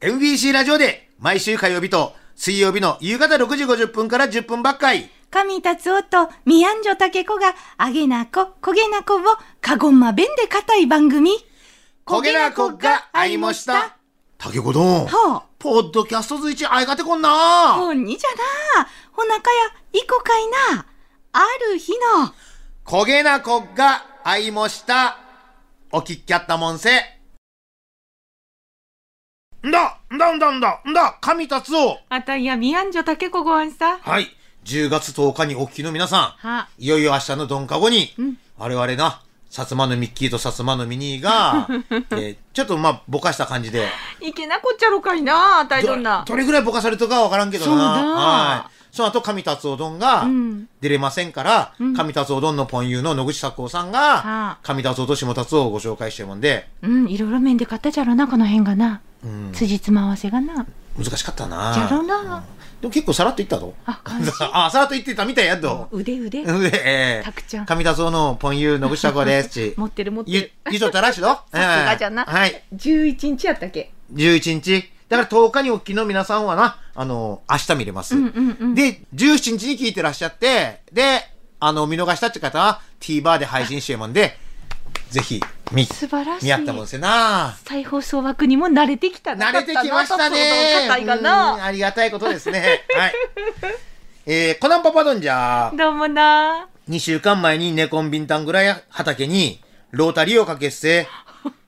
MBC ラジオで毎週火曜日と水曜日の夕方6時50分から10分ばっかり。神達夫とミアンジョタケコが、あげなこ、こげなこを、かごんま弁で固い番組。焦げなこがありました。。竹子どん。はポッドキャストずいちあいがてこんな。ほんにじゃな。ほなかや、いこかいな。ある日の、焦げなこがあいました。おきっきゃったもんせ。んだ、んだんだんだ、んだ、神達夫。あたいやミアンジョタケコごあんさ。はい。10月10日にお聞きの皆さは。ん、いよいよ明日のドンカゴに、うん我々な、薩摩のミッキーと薩摩のミニー が、えーちょっとまあ、ぼかした感じで、いけなこっちゃろかいな、あたいどんな。どれぐらいぼかされたかわからんけどな。そうだはい。その後、神達夫どんがうん出れませんから、ん神達夫どんのポン友の野口作夫さんはがい、神達夫と下達夫をご紹介してるもんで、うん、いろいろ面で買ったじゃろな、この辺がな。うん、辻褄合わせがな。難しかったじゃろな。な。でも結構さらっと言ったぞ。あ、感じ。 あ、さらっと言ってたみたいやっと。腕腕。で、えたくちゃん神田荘のポンユー野口拓夫です ち。持ってる持ってゆる。、ゆとたらし どさすがじゃなはい。 11日やったっけ11日。だから10日にお聞きの皆さんはな、あの、明日見れます。うんうんうん。で、17日に聞いてらっしゃって、で、あの、見逃したって方は TVer で配信してるもんで、ぜひ、見、素晴らしい。見合ったもんせな。再放送枠にも慣れてきた慣れてきましたね。高いがうんな。ありがたいことですね。はい。えー、コナンパパドンじゃ。どうもな。 2週間前にネコンビンタンぐらい畑にロータリーをかけっせ、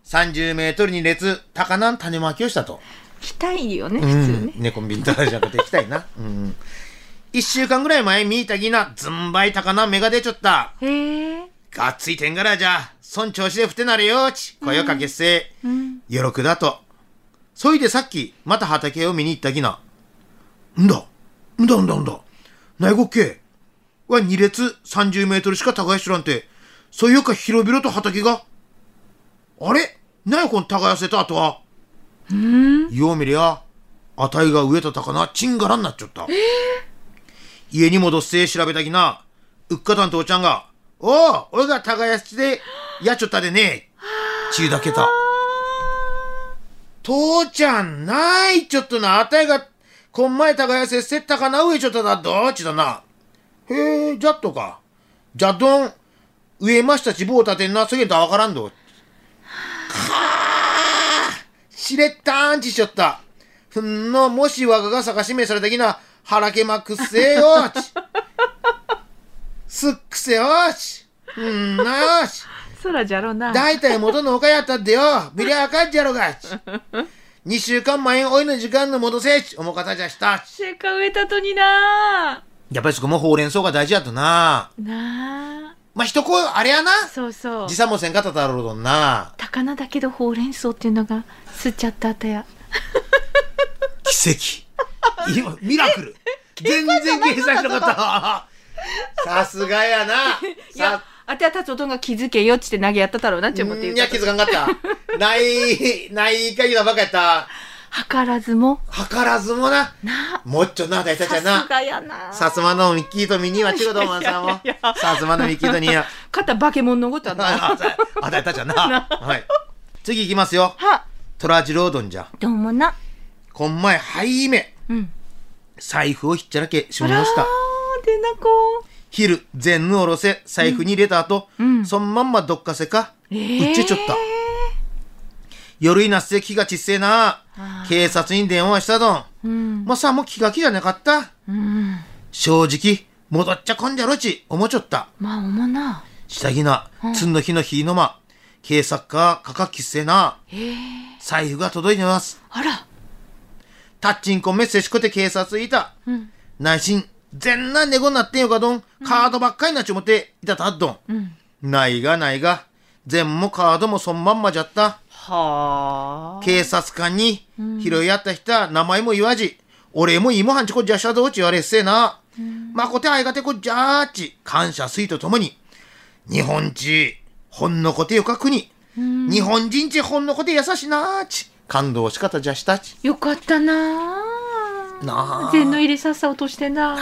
30メートルに列、高菜種まきをしたと。来たいよね、普う通んね。。ネコンビンタンじゃなくて行きたいな。うん。1週間ぐらい前見たぎな、ずんばい高菜芽が出ちょった。へえ。がっついてんからじゃ、そん調子でふてなれよ、ち。声をかけっせ、うん。よろくだと。そいでさっき、また畑を見に行ったぎな。んだ、んだんだんだ。ないごっけ。は二列30メートルしか耕しとらんて。そういうか広々と畑が。あれなよこの耕せた後は。うん。よう見りゃ、あたいが植えた高菜、チンガラになっちゃった。家に戻して調べたぎな。うっかたん父ちゃんが、おう、俺が耕しで、やっちょったでね。ちゅうだけた。父ちゃん、ないちょっとな、あたいが、こんまい耕せ、せったかな、植えちょっただ、どっちだな。へえ、じゃっとか。じゃどん、植えましたち、棒立てんな、そげたわからんど。はあ、しれったんちしちょった。ふんの、もしわがが探しめされたきな、腹けまくっせよ、ち。すっくせよ、ち。うんなよ、ち。空じゃろな。大体元のおかやったってよ見りゃあかんじゃろ が2週間前おいの時間の戻せち重かったじゃしたせっか植えたとにな。やっぱりそこもほうれん草が大事やとななあ。まあ人こうあれやなそうそう時。差もせんかっただろうどんな高菜だけどほうれん草っていうのが吸っちゃったあたや。奇跡今ミラク ル全然計算しなかったさすがやないやさ、あては達夫どんが気づけよっちって投げやっただろうなっいて思って言うや気づかんかったないないかぎなばかやった図らずも、計らずもななもっちょな大体あ、ちゃさんなすがやな。さつまのミッキーとミニーは違うと思うさんいもやいやいや。さつまのミッキーとニーは。肩化け物のことはな。ああたたじゃな。はい。次行きますよ。は、トラジロードンじゃ。どうもな。こんまい、はいめ。うん。財布をひっちゃらけしまいあました。ー、でなこ。昼、全部おろせ、財布に入れた後、うんそんまんまどっかせか、うえっちゃちょった。夜になって気がちっせえなあ。ー警察に電話したどん。うん。まあさ、もう気が気じゃなかった。うん。正直、戻っちゃこんじゃろち、思っちょった。まあ、おもな。下着なう、んつんの日の日の間、警察か、かかきっせな、ええ財布が届いてます。あら。タッチンコメッセしこて警察いた。うん。内心、全な猫になってんよかどん、カードばっかりなっち思っていたたっどうん。ん。ないがないが、全もカードもそんまんまじゃった。はあ。警察官に、拾い合った人は名前も言わじ、俺も今はんちこじゃしゃどうち言われっせえな。まこてあいがてこじゃーち、感謝すいとともに、日本ち、ほんのこてよか国、うん日本人ちほんのこて優しいなーち、感動しかたじゃしたち。よかったなあ。なあ全の入れさっさ落としてな。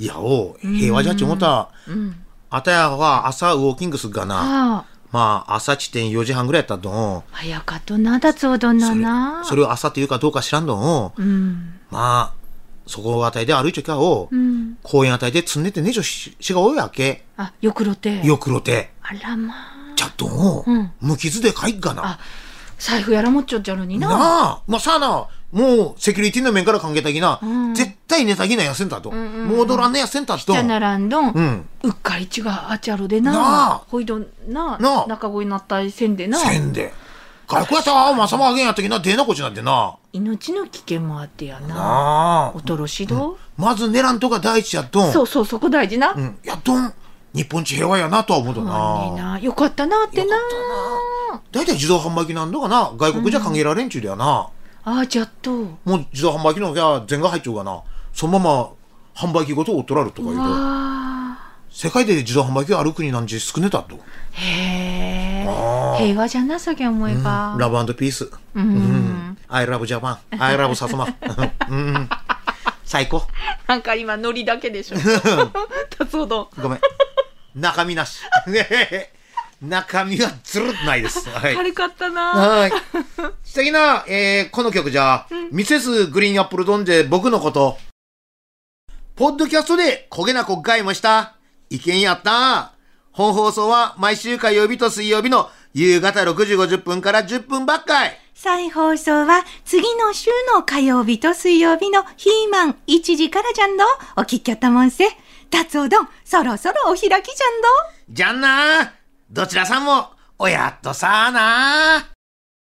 いやおう、平和じゃっち思った。うん。あたやは朝ウォーキングすっがな。ああ。まあ、朝地点4時半ぐらいやったどん。早かとな、達夫どんなな。それを朝というかどうか知らんどん。うん。まあ、そこあたりで歩いちょきゃおう。うん。公園あたりで積んでてねえじょし、しが多いわけ。あ、よくろて。よくろて。あらまあ。ちゃっとんうん無傷で帰っかな。あ、財布やらもっちょっちゃのになな。あ、まあさあな、もうセキュリティの面から考えたきな、うん絶対寝たきな痩せんたと。うんうんうん戻らんね痩せんたと。じゃなならんどん。うん。うっかりちがあちゃろでな。なあほいどんな。なあ中声になったりせんでな。せんで。外国やったら、まさまあげんやったきな、出なこっちなんてな。命の危険もあってやな。なあ。おろしど、まず狙んとか第一やっとん。そうそう、そこ大事な。うほんん。やっとん。日本一平和やなとは思うとまにな。な。よかったなってな。大体自動販売機なんのかな外国じゃ考えられんちゅうだよな。ああ、ちゃっと。もう自動販売機のが全が入っちゃうがな。そのまま販売機ごとおっとられるとかう言うと。わあ。世界で自動販売機がある国なんち少ねたと。へえ。あ平和じゃな、そげ思えば。ラブピース。う。うんん。I love Japan. I love サスマ。うん。最高。なんか今、ノリだけ でしょ。達夫どん。ごめん。中身なし。 中身はずるっとないです。はい。軽かったな。はい。素敵な、えー、この曲じゃ、ミセスグリーンアップルドンで僕のこと、ポッドキャストで焦げなこっかいもした、意見やった。本放送は毎週火曜日と水曜日の夕方6時50分から10分ばっかい。再放送は次の週の火曜日と水曜日のヒーマン1時からじゃんど。お聞きやったもんせ。達夫どん、そろそろお開きじゃんど。じゃんなどちらさんも、おやっとさあな